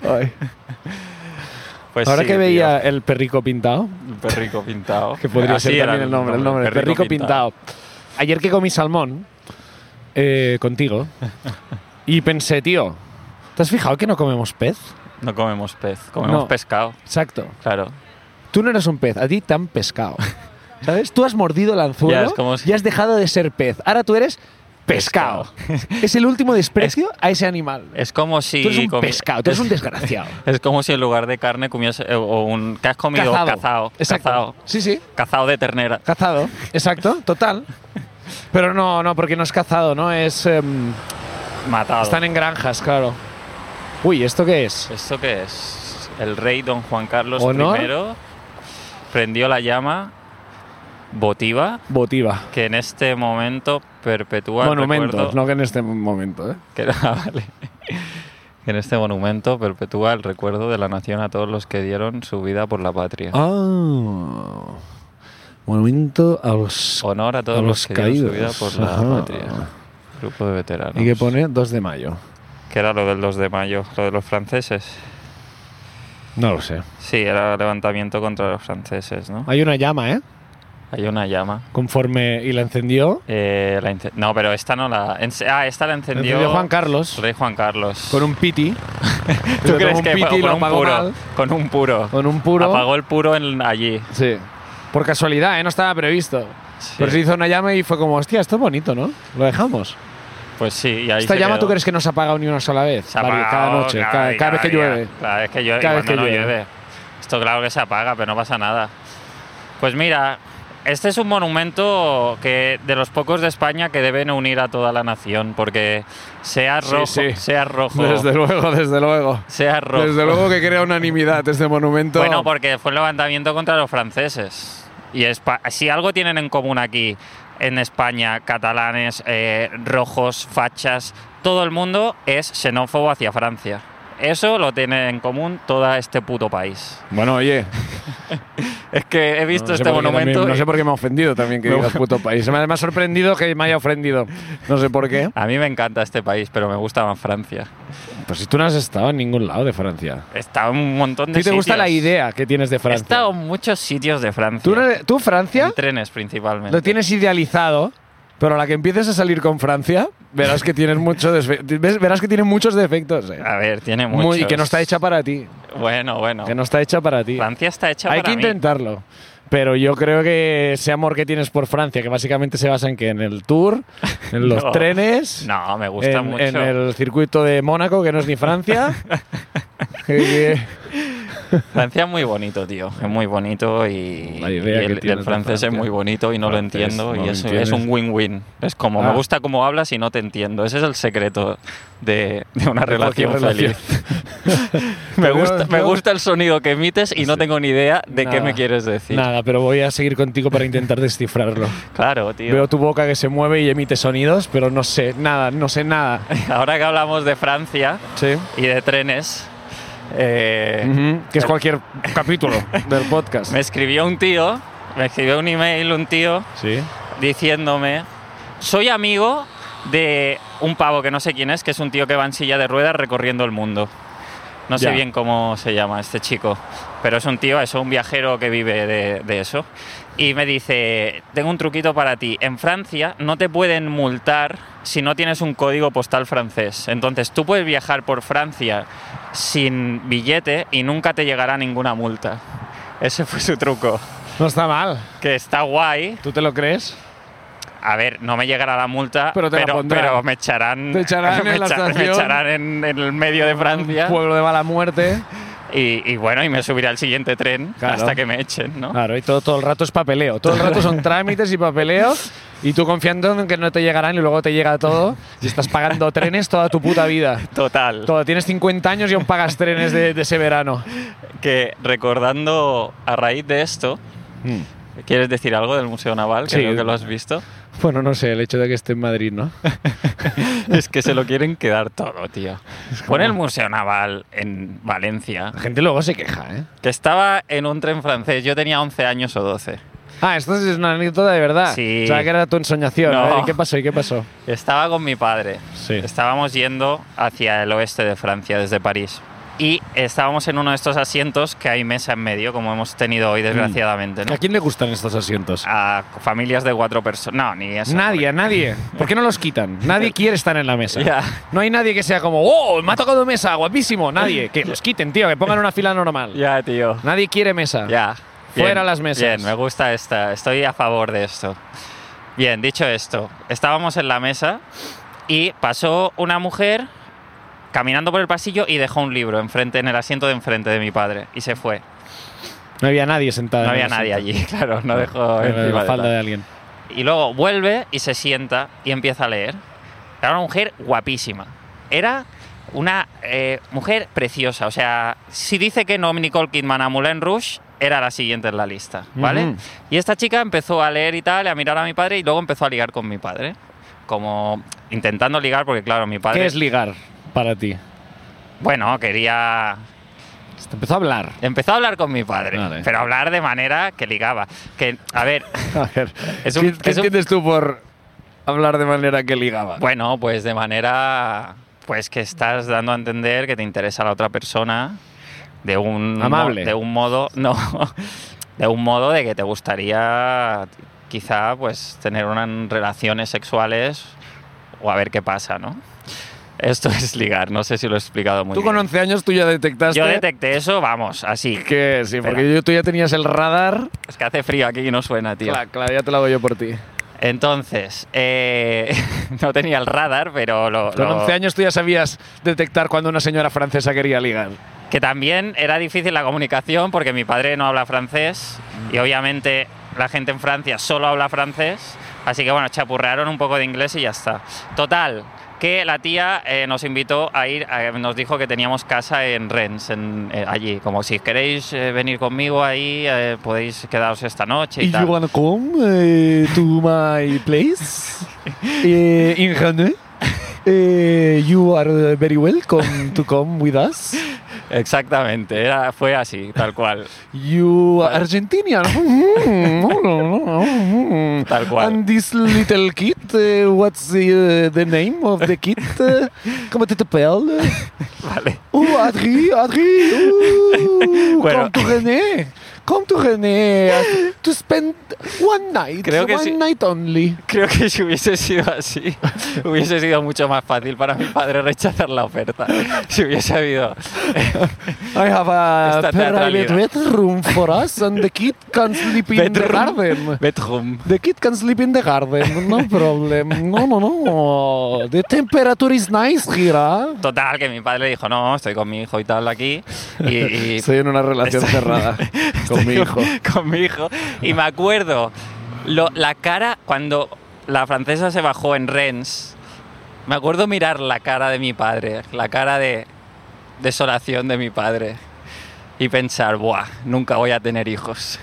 [SPEAKER 1] Ay.
[SPEAKER 2] Pues
[SPEAKER 1] Ahora
[SPEAKER 2] sí,
[SPEAKER 1] que
[SPEAKER 2] tío.
[SPEAKER 1] veía el perrico pintado,
[SPEAKER 2] El perrico pintado.
[SPEAKER 1] que podría
[SPEAKER 2] Así
[SPEAKER 1] ser
[SPEAKER 2] era
[SPEAKER 1] también el nombre, el nombre, perrico, pintado. Ayer que comí salmón eh, contigo y pensé, tío, ¿te has fijado que no comemos pez?
[SPEAKER 2] No comemos pez, comemos
[SPEAKER 1] No.
[SPEAKER 2] pescado,
[SPEAKER 1] Exacto.
[SPEAKER 2] claro.
[SPEAKER 1] Tú no eres un pez, a ti te han pescado. ¿Sabes? Tú has mordido el anzuelo
[SPEAKER 2] Ya, es como si-
[SPEAKER 1] y has dejado de ser pez. Ahora tú eres pescado. es el último desprecio a ese animal.
[SPEAKER 2] Es como si.
[SPEAKER 1] tú eres un
[SPEAKER 2] comi-
[SPEAKER 1] pescado, tú eres un desgraciado.
[SPEAKER 2] Es como si en lugar de carne comiese. eh, O un. ¿Qué has comido? Cazado. Cazado.
[SPEAKER 1] Exacto.
[SPEAKER 2] Cazado,
[SPEAKER 1] Sí, sí.
[SPEAKER 2] de ternera.
[SPEAKER 1] Cazado. Exacto, total. Pero no, no, porque no es cazado, ¿no? Es. em,
[SPEAKER 2] Matado.
[SPEAKER 1] están en granjas, claro. Uy, ¿esto qué es?
[SPEAKER 2] ¿Esto qué es? El rey don Juan Carlos
[SPEAKER 1] Honor.
[SPEAKER 2] I prendió la llama votiva
[SPEAKER 1] Botiva.
[SPEAKER 2] que en este momento perpetúa el
[SPEAKER 1] Monumentos,
[SPEAKER 2] recuerdo-
[SPEAKER 1] no que en este momento, ¿eh?
[SPEAKER 2] que era- vale. Que en este monumento perpetúa el recuerdo de la nación a todos los que dieron su vida por la patria.
[SPEAKER 1] Ah. Monumento a los.
[SPEAKER 2] Honor a todos
[SPEAKER 1] a
[SPEAKER 2] los,
[SPEAKER 1] los
[SPEAKER 2] que dieron su vida
[SPEAKER 1] caídos.
[SPEAKER 2] por la
[SPEAKER 1] Ajá.
[SPEAKER 2] patria. Grupo de veteranos.
[SPEAKER 1] Y que pone 2 de mayo.
[SPEAKER 2] Que era lo del 2 de mayo, lo de los franceses.
[SPEAKER 1] No lo sé.
[SPEAKER 2] Sí, era levantamiento contra los franceses, ¿no?
[SPEAKER 1] Hay una llama, ¿eh?
[SPEAKER 2] Hay una llama.
[SPEAKER 1] Conforme. Y la encendió.
[SPEAKER 2] Eh, la ince- no, pero esta no la... en- Ah, esta
[SPEAKER 1] la
[SPEAKER 2] la encendió...
[SPEAKER 1] encendió Juan Carlos.
[SPEAKER 2] Rey Juan Carlos.
[SPEAKER 1] Con un piti.
[SPEAKER 2] ¿Tú
[SPEAKER 1] Pero
[SPEAKER 2] crees
[SPEAKER 1] con
[SPEAKER 2] que
[SPEAKER 1] un
[SPEAKER 2] fue-
[SPEAKER 1] piti
[SPEAKER 2] con
[SPEAKER 1] lo
[SPEAKER 2] un
[SPEAKER 1] apagó
[SPEAKER 2] puro?
[SPEAKER 1] mal.
[SPEAKER 2] Con un puro.
[SPEAKER 1] Con un puro.
[SPEAKER 2] Apagó el puro en, allí.
[SPEAKER 1] Sí. Por casualidad, ¿eh? No estaba previsto.
[SPEAKER 2] Sí.
[SPEAKER 1] Pero se hizo una llama y fue como, hostia, esto es bonito, ¿no? Lo dejamos.
[SPEAKER 2] Pues sí, y ahí
[SPEAKER 1] Esta
[SPEAKER 2] se
[SPEAKER 1] llama
[SPEAKER 2] quedó.
[SPEAKER 1] tú crees que no se ha apagado ni una sola vez.
[SPEAKER 2] Se ha
[SPEAKER 1] Vari-
[SPEAKER 2] apagado
[SPEAKER 1] cada noche, cada,
[SPEAKER 2] día,
[SPEAKER 1] cada vez que
[SPEAKER 2] día.
[SPEAKER 1] llueve.
[SPEAKER 2] Cada vez que
[SPEAKER 1] Cada
[SPEAKER 2] llueve. Cada
[SPEAKER 1] vez
[SPEAKER 2] que
[SPEAKER 1] que
[SPEAKER 2] llueve.
[SPEAKER 1] llueve.
[SPEAKER 2] Esto claro que se apaga, pero no pasa nada. Pues mira, este es un monumento que de los pocos de España que deben unir a toda la nación, porque sea
[SPEAKER 1] Sí,
[SPEAKER 2] rojo,
[SPEAKER 1] sí.
[SPEAKER 2] sea rojo,
[SPEAKER 1] Desde luego, desde luego.
[SPEAKER 2] sea rojo.
[SPEAKER 1] Desde luego que crea unanimidad este monumento.
[SPEAKER 2] Bueno, porque fue un levantamiento contra los franceses. Y Espa- si algo tienen en común aquí, en España, catalanes, eh, rojos, fachas, todo el mundo es xenófobo hacia Francia. Eso lo tiene en común todo este puto país.
[SPEAKER 1] Bueno, oye,
[SPEAKER 2] Es que he visto este
[SPEAKER 1] por qué también-
[SPEAKER 2] monumento.
[SPEAKER 1] no
[SPEAKER 2] y-
[SPEAKER 1] sé por qué me ha ofendido también que
[SPEAKER 2] No.
[SPEAKER 1] digas puto país. Me ha me ha sorprendido que me haya ofendido. No sé por qué.
[SPEAKER 2] A mí me encanta este país, pero me gusta más Francia.
[SPEAKER 1] Pues si tú no has estado en ningún lado de Francia.
[SPEAKER 2] Está un montón
[SPEAKER 1] ¿A
[SPEAKER 2] de
[SPEAKER 1] ti te gusta
[SPEAKER 2] sitios.
[SPEAKER 1] la idea que tienes de
[SPEAKER 2] He
[SPEAKER 1] Francia?
[SPEAKER 2] estado en muchos sitios de Francia.
[SPEAKER 1] ¿Tú, no eres- tú, Francia
[SPEAKER 2] En trenes principalmente.
[SPEAKER 1] lo tienes idealizado, pero a la que empieces a salir con Francia, verás que tienes mucho desfe- ves- verás que tiene muchos defectos. eh.
[SPEAKER 2] A ver, tiene muchos.
[SPEAKER 1] Muy- y que no está hecha para ti.
[SPEAKER 2] Bueno, bueno.
[SPEAKER 1] Que no está hecha para ti.
[SPEAKER 2] Francia está hecha
[SPEAKER 1] Hay
[SPEAKER 2] para
[SPEAKER 1] que
[SPEAKER 2] mí.
[SPEAKER 1] intentarlo. Pero yo creo que ese amor que tienes por Francia, que básicamente se basa en que en el tour, en los
[SPEAKER 2] No.
[SPEAKER 1] trenes,
[SPEAKER 2] No, me gusta
[SPEAKER 1] en,
[SPEAKER 2] mucho.
[SPEAKER 1] en el circuito de Mónaco, que no es ni Francia. que-
[SPEAKER 2] Francia es muy bonito, tío. Es muy bonito y,
[SPEAKER 1] La idea
[SPEAKER 2] y
[SPEAKER 1] que
[SPEAKER 2] el,
[SPEAKER 1] tienes de
[SPEAKER 2] el francés es
[SPEAKER 1] Francia.
[SPEAKER 2] muy bonito y no lo
[SPEAKER 1] Francés,
[SPEAKER 2] entiendo
[SPEAKER 1] no
[SPEAKER 2] y
[SPEAKER 1] lo
[SPEAKER 2] es,
[SPEAKER 1] entiendes.
[SPEAKER 2] es un win-win. Es como, me
[SPEAKER 1] Ah.
[SPEAKER 2] gusta cómo hablas y no te entiendo. Ese es el secreto de, de una
[SPEAKER 1] cualquier
[SPEAKER 2] relación
[SPEAKER 1] relación.
[SPEAKER 2] feliz. me,
[SPEAKER 1] Pero
[SPEAKER 2] gusta, me
[SPEAKER 1] yo-
[SPEAKER 2] gusta el sonido que emites y no tengo ni idea de qué
[SPEAKER 1] Nada.
[SPEAKER 2] me quieres decir.
[SPEAKER 1] Nada, pero voy a seguir contigo para intentar descifrarlo.
[SPEAKER 2] Claro, tío.
[SPEAKER 1] Veo tu boca que se mueve y emite sonidos, pero no sé nada, no sé nada.
[SPEAKER 2] Ahora que hablamos de Francia
[SPEAKER 1] Sí.
[SPEAKER 2] y de trenes, eh,
[SPEAKER 1] Ujú, Que es cualquier capítulo del podcast.
[SPEAKER 2] me escribió un tío, me escribió un email un tío
[SPEAKER 1] Sí.
[SPEAKER 2] diciéndome, soy amigo de un pavo que no sé quién es, que es un tío que va en silla de ruedas recorriendo el mundo. No sé
[SPEAKER 1] Ya.
[SPEAKER 2] bien cómo se llama este chico, pero es un tío, es un viajero que vive de, de eso. Y me dice, tengo un truquito para ti. En Francia no te pueden multar si no tienes un código postal francés. Entonces tú puedes viajar por Francia sin billete y nunca te llegará ninguna multa. Ese fue su truco.
[SPEAKER 1] No está mal.
[SPEAKER 2] Que está guay,
[SPEAKER 1] ¿Tú te lo crees?
[SPEAKER 2] a ver, no me llegará la multa,
[SPEAKER 1] Pero
[SPEAKER 2] pero,
[SPEAKER 1] te la pondrán.
[SPEAKER 2] pero me echarán,
[SPEAKER 1] Te echarán
[SPEAKER 2] me
[SPEAKER 1] en la
[SPEAKER 2] echa- me
[SPEAKER 1] estación.
[SPEAKER 2] echarán en- en el medio de Francia
[SPEAKER 1] Pueblo de mala muerte.
[SPEAKER 2] y, y bueno, y me subiré al siguiente tren
[SPEAKER 1] Claro.
[SPEAKER 2] hasta que me echen, ¿no?
[SPEAKER 1] Claro, y todo, todo el rato es papeleo. Todo el rato son trámites y papeleos. Y tú confiando en que no te llegarán y luego te llega todo. Y estás pagando trenes toda tu puta vida.
[SPEAKER 2] Total,
[SPEAKER 1] Todo, tienes 50 años y aún pagas trenes de, de ese verano.
[SPEAKER 2] que recordando a raíz de esto,
[SPEAKER 1] Hmm.
[SPEAKER 2] ¿quieres decir algo del Museo Naval? Que
[SPEAKER 1] Sí.
[SPEAKER 2] Creo que lo has visto.
[SPEAKER 1] Bueno, no sé, el hecho de que esté en Madrid, ¿no?
[SPEAKER 2] es que se lo quieren quedar todo, tío. Pon el Museo Naval en Valencia,
[SPEAKER 1] La gente luego se queja, ¿eh?
[SPEAKER 2] que estaba en un tren francés, yo tenía 11 años o 12.
[SPEAKER 1] Ah, esto es una anécdota de verdad.
[SPEAKER 2] Sí.
[SPEAKER 1] O sea, que era tu ensoñación.
[SPEAKER 2] No.
[SPEAKER 1] A ver, ¿y ¿Qué pasó? ¿Y qué pasó?
[SPEAKER 2] Estaba con mi padre.
[SPEAKER 1] Sí.
[SPEAKER 2] Estábamos yendo hacia el oeste de Francia desde París. y estábamos en uno de estos asientos que hay mesa en medio, como hemos tenido
[SPEAKER 1] Mm.
[SPEAKER 2] hoy, desgraciadamente. ¿no?
[SPEAKER 1] ¿A quién le gustan estos asientos?
[SPEAKER 2] A familias de cuatro personas. No, ni eso.
[SPEAKER 1] Nadie, a nadie. ¿Por qué no los quitan? Nadie quiere estar en la mesa.
[SPEAKER 2] Ya.
[SPEAKER 1] No hay nadie que sea como, ¡oh! Me ha tocado mesa, guapísimo. Nadie. Que los quiten, tío, que pongan una fila normal.
[SPEAKER 2] Ya, tío.
[SPEAKER 1] Nadie quiere mesa.
[SPEAKER 2] Ya.
[SPEAKER 1] Fuera las mesas.
[SPEAKER 2] Bien, me gusta esta. Estoy a favor de esto. Bien, dicho esto, estábamos en la mesa y pasó una mujer caminando por el pasillo y dejó un libro enfrente, en el asiento de enfrente de mi padre y se fue.
[SPEAKER 1] No había nadie sentado.
[SPEAKER 2] No
[SPEAKER 1] en el
[SPEAKER 2] había nadie
[SPEAKER 1] asiento.
[SPEAKER 2] allí, claro, no dejó
[SPEAKER 1] Era
[SPEAKER 2] encima
[SPEAKER 1] la
[SPEAKER 2] de
[SPEAKER 1] falda
[SPEAKER 2] tal.
[SPEAKER 1] de alguien.
[SPEAKER 2] Y luego vuelve y se sienta y empieza a leer. Era una mujer guapísima. Era una eh, mujer preciosa. O sea, si dice que no Nicole Kidman a Moulin Rouge, era la siguiente en la lista, ¿vale?
[SPEAKER 1] Ujú.
[SPEAKER 2] Y esta chica empezó a leer y tal, a mirar a mi padre y luego empezó a ligar con mi padre. Como intentando ligar, porque claro, mi padre.
[SPEAKER 1] ¿Qué es ligar para ti?
[SPEAKER 2] bueno, quería.
[SPEAKER 1] Te empezó a hablar.
[SPEAKER 2] Empezó a hablar con mi padre,
[SPEAKER 1] Vale.
[SPEAKER 2] pero hablar de manera que ligaba. Que, a ver.
[SPEAKER 1] A ver,
[SPEAKER 2] Es un-
[SPEAKER 1] ¿qué,
[SPEAKER 2] es
[SPEAKER 1] qué
[SPEAKER 2] un-
[SPEAKER 1] entiendes tú por hablar de manera que ligaba?
[SPEAKER 2] Bueno, pues de manera pues que estás dando a entender que te interesa la otra persona de un mo-
[SPEAKER 1] Amable.
[SPEAKER 2] de un modo, no, de un modo de que te gustaría quizá pues tener unas relaciones sexuales o a ver qué pasa, ¿no? Esto es ligar, no sé si lo he explicado muy
[SPEAKER 1] tú
[SPEAKER 2] bien.
[SPEAKER 1] con 11 años tú ya detectaste
[SPEAKER 2] Yo detecté eso, vamos, así.
[SPEAKER 1] que sí,
[SPEAKER 2] Espera.
[SPEAKER 1] porque yo- tú ya tenías el radar.
[SPEAKER 2] Es que hace frío aquí y no suena, tío.
[SPEAKER 1] Claro, claro, ya te lo hago yo por ti.
[SPEAKER 2] Entonces, eh, no tenía el radar, pero lo...
[SPEAKER 1] Con
[SPEAKER 2] lo-
[SPEAKER 1] 11 años tú ya sabías detectar cuando una señora francesa quería ligar.
[SPEAKER 2] que también era difícil la comunicación porque mi padre no habla francés y obviamente la gente en Francia solo habla francés, así que bueno, chapurrearon un poco de inglés y ya está. Total, que la tía eh, nos invitó a ir, a- nos dijo que teníamos casa en Rennes, en- eh, allí, como si queréis eh, venir conmigo ahí, eh, podéis quedaros esta noche y, tal.
[SPEAKER 1] wanna come eh, to my place eh, in Rennes? Eh, you are very welcome to come with us.
[SPEAKER 2] Exactamente, era, fue así, tal cual.
[SPEAKER 1] You are Mm, Argentinian.
[SPEAKER 2] Tal cual.
[SPEAKER 1] mm. And this little kid, eh, what's the, the name of the kid? Eh, ¿Cómo te pele?
[SPEAKER 2] vale.
[SPEAKER 1] Oh, Adri, Adri. Oh,
[SPEAKER 2] Bueno.
[SPEAKER 1] Come to René. Come to René as- to spend one night.
[SPEAKER 2] Creo que
[SPEAKER 1] one
[SPEAKER 2] sí.
[SPEAKER 1] night only.
[SPEAKER 2] Creo que si hubiese sido así, hubiese sido mucho más fácil para mi padre rechazar la oferta. Si hubiese habido. eh,
[SPEAKER 1] I have a
[SPEAKER 2] Esta
[SPEAKER 1] private
[SPEAKER 2] teatralidad.
[SPEAKER 1] bedroom for us and the kid can sleep in the garden.
[SPEAKER 2] Bedroom.
[SPEAKER 1] The kid can sleep in the garden, no problem. No, no, no. The temperature is nice here. ah.
[SPEAKER 2] Total, que mi padre dijo, no, estoy con mi hijo y tal aquí. Y, pues y-
[SPEAKER 1] Estoy en una relación
[SPEAKER 2] Estoy-
[SPEAKER 1] cerrada con mi hijo.
[SPEAKER 2] con mi hijo. Y me acuerdo lo- la cara cuando la francesa se bajó en Rennes. Me acuerdo mirar la cara de mi padre, la cara de desolación de mi padre. Y pensar, buah, nunca voy a tener hijos.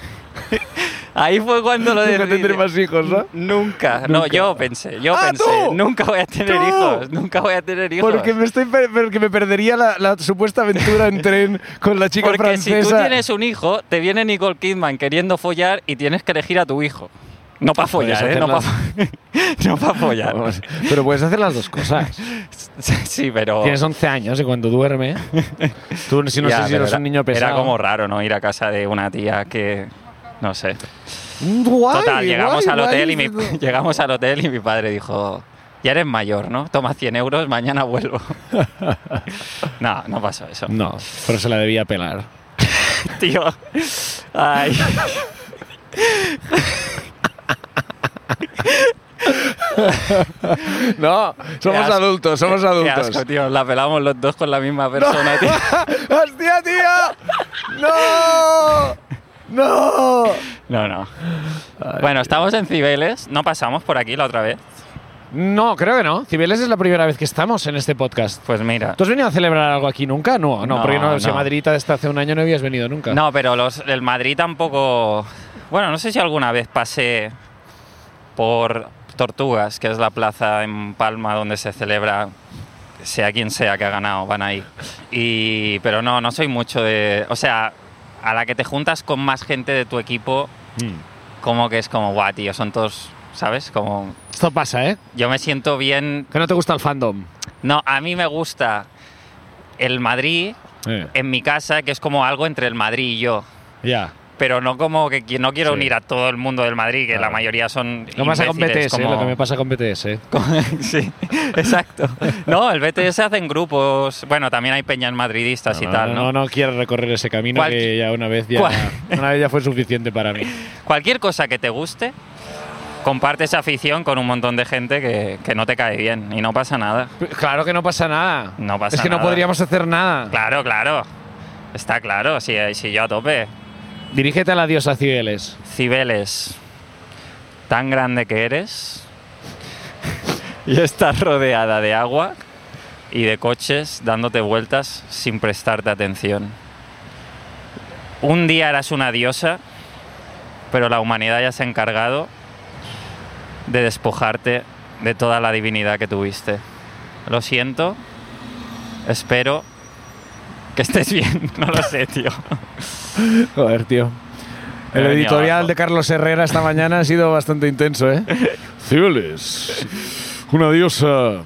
[SPEAKER 2] Ahí fue cuando lo
[SPEAKER 1] Nunca
[SPEAKER 2] decidí.
[SPEAKER 1] tendré más hijos, ¿no?
[SPEAKER 2] Nunca. No, yo pensé, yo
[SPEAKER 1] ¡Ah,
[SPEAKER 2] pensé,
[SPEAKER 1] tú!
[SPEAKER 2] nunca voy a tener
[SPEAKER 1] ¡Tú!
[SPEAKER 2] hijos, nunca voy a tener hijos.
[SPEAKER 1] Porque me, estoy per- porque me perdería la, la supuesta aventura en tren con la chica
[SPEAKER 2] Porque
[SPEAKER 1] francesa.
[SPEAKER 2] si tú tienes un hijo, te viene Nicole Kidman queriendo follar y tienes que elegir a tu hijo. No para
[SPEAKER 1] Puedes
[SPEAKER 2] follar, ¿eh? No
[SPEAKER 1] hacerlas.
[SPEAKER 2] para no pa' follar.
[SPEAKER 1] Vamos, Pero puedes hacer las dos cosas.
[SPEAKER 2] Sí, pero...
[SPEAKER 1] Tienes 11 años y cuando duerme. Tú, si no
[SPEAKER 2] Ya,
[SPEAKER 1] sé si
[SPEAKER 2] pero
[SPEAKER 1] eres
[SPEAKER 2] era-
[SPEAKER 1] un niño pesado.
[SPEAKER 2] Era como raro, ¿no? Ir a casa de una tía que... No sé.
[SPEAKER 1] Guay,
[SPEAKER 2] Total, llegamos
[SPEAKER 1] guay,
[SPEAKER 2] al hotel y mi,
[SPEAKER 1] guay.
[SPEAKER 2] llegamos al hotel y mi padre dijo... Ya eres mayor, ¿no? Toma 100 euros, mañana vuelvo. no, no pasó eso.
[SPEAKER 1] No, pero se la debía pelar.
[SPEAKER 2] Tío. Ay.
[SPEAKER 1] No, somos
[SPEAKER 2] Qué asco.
[SPEAKER 1] adultos, somos
[SPEAKER 2] Qué
[SPEAKER 1] adultos.
[SPEAKER 2] asco, tío. La pelamos los dos con la misma persona, tío.
[SPEAKER 1] ¡Hostia, tío! ¡No! ¡No!
[SPEAKER 2] No, no. bueno, estamos en Cibeles. No pasamos por aquí la otra vez.
[SPEAKER 1] No, creo que no. Cibeles es la primera vez que estamos en este podcast.
[SPEAKER 2] Pues mira.
[SPEAKER 1] ¿Tú has venido a celebrar algo aquí nunca? No, no,
[SPEAKER 2] No,
[SPEAKER 1] porque no, si a
[SPEAKER 2] no.
[SPEAKER 1] Madrid hasta hace un año no habías venido nunca.
[SPEAKER 2] No, pero los, el Madrid tampoco. Bueno, no sé si alguna vez pasé por Tortugas, que es la plaza en Palma donde se celebra sea quien sea que ha ganado, van ahí. Y, pero no, no soy mucho de. O sea, a la que te juntas con más gente de tu equipo,
[SPEAKER 1] Mm.
[SPEAKER 2] como que es como, guau, tío, son todos, ¿sabes? Como.
[SPEAKER 1] Esto pasa, ¿eh?
[SPEAKER 2] Yo me siento bien
[SPEAKER 1] Que no te gusta el fandom.
[SPEAKER 2] No, a mí me gusta el Madrid,
[SPEAKER 1] Eh,
[SPEAKER 2] en mi casa, que es como algo entre el Madrid y yo.
[SPEAKER 1] ya.
[SPEAKER 2] Pero no como que qui- no quiero
[SPEAKER 1] Sí.
[SPEAKER 2] unir a todo el mundo del Madrid, que
[SPEAKER 1] Claro.
[SPEAKER 2] la mayoría son.
[SPEAKER 1] Lo que pasa con
[SPEAKER 2] imbéciles,
[SPEAKER 1] BTS,
[SPEAKER 2] como-
[SPEAKER 1] ¿eh? lo que me pasa con BTS. eh.
[SPEAKER 2] sí, exacto. No, el BTS se hacen grupos. Bueno, también hay peñas madridistas y
[SPEAKER 1] no, no,
[SPEAKER 2] tal, ¿no?
[SPEAKER 1] no, no quiero recorrer ese camino
[SPEAKER 2] Cual-
[SPEAKER 1] que ya una vez ya,
[SPEAKER 2] Cual-
[SPEAKER 1] una vez ya fue suficiente para mí.
[SPEAKER 2] Cualquier cosa que te guste, comparte esa afición con un montón de gente que, que no te cae bien y no pasa nada.
[SPEAKER 1] Claro que no pasa nada.
[SPEAKER 2] No pasa
[SPEAKER 1] Es que no
[SPEAKER 2] nada.
[SPEAKER 1] podríamos hacer nada.
[SPEAKER 2] Claro, claro. Está claro, si, si yo a tope.
[SPEAKER 1] Dirígete a la diosa Cibeles.
[SPEAKER 2] Cibeles, tan grande que eres y estás rodeada de agua y de coches dándote vueltas sin prestarte atención. Un día eras una diosa, pero la humanidad ya se ha encargado de despojarte de toda la divinidad que tuviste. Lo siento, espero que estés bien, no lo sé, tío.
[SPEAKER 1] Joder, tío.
[SPEAKER 2] Me
[SPEAKER 1] El
[SPEAKER 2] venía
[SPEAKER 1] editorial
[SPEAKER 2] abajo.
[SPEAKER 1] de Carlos Herrera esta mañana ha sido bastante intenso, ¿eh? Cibeles, una diosa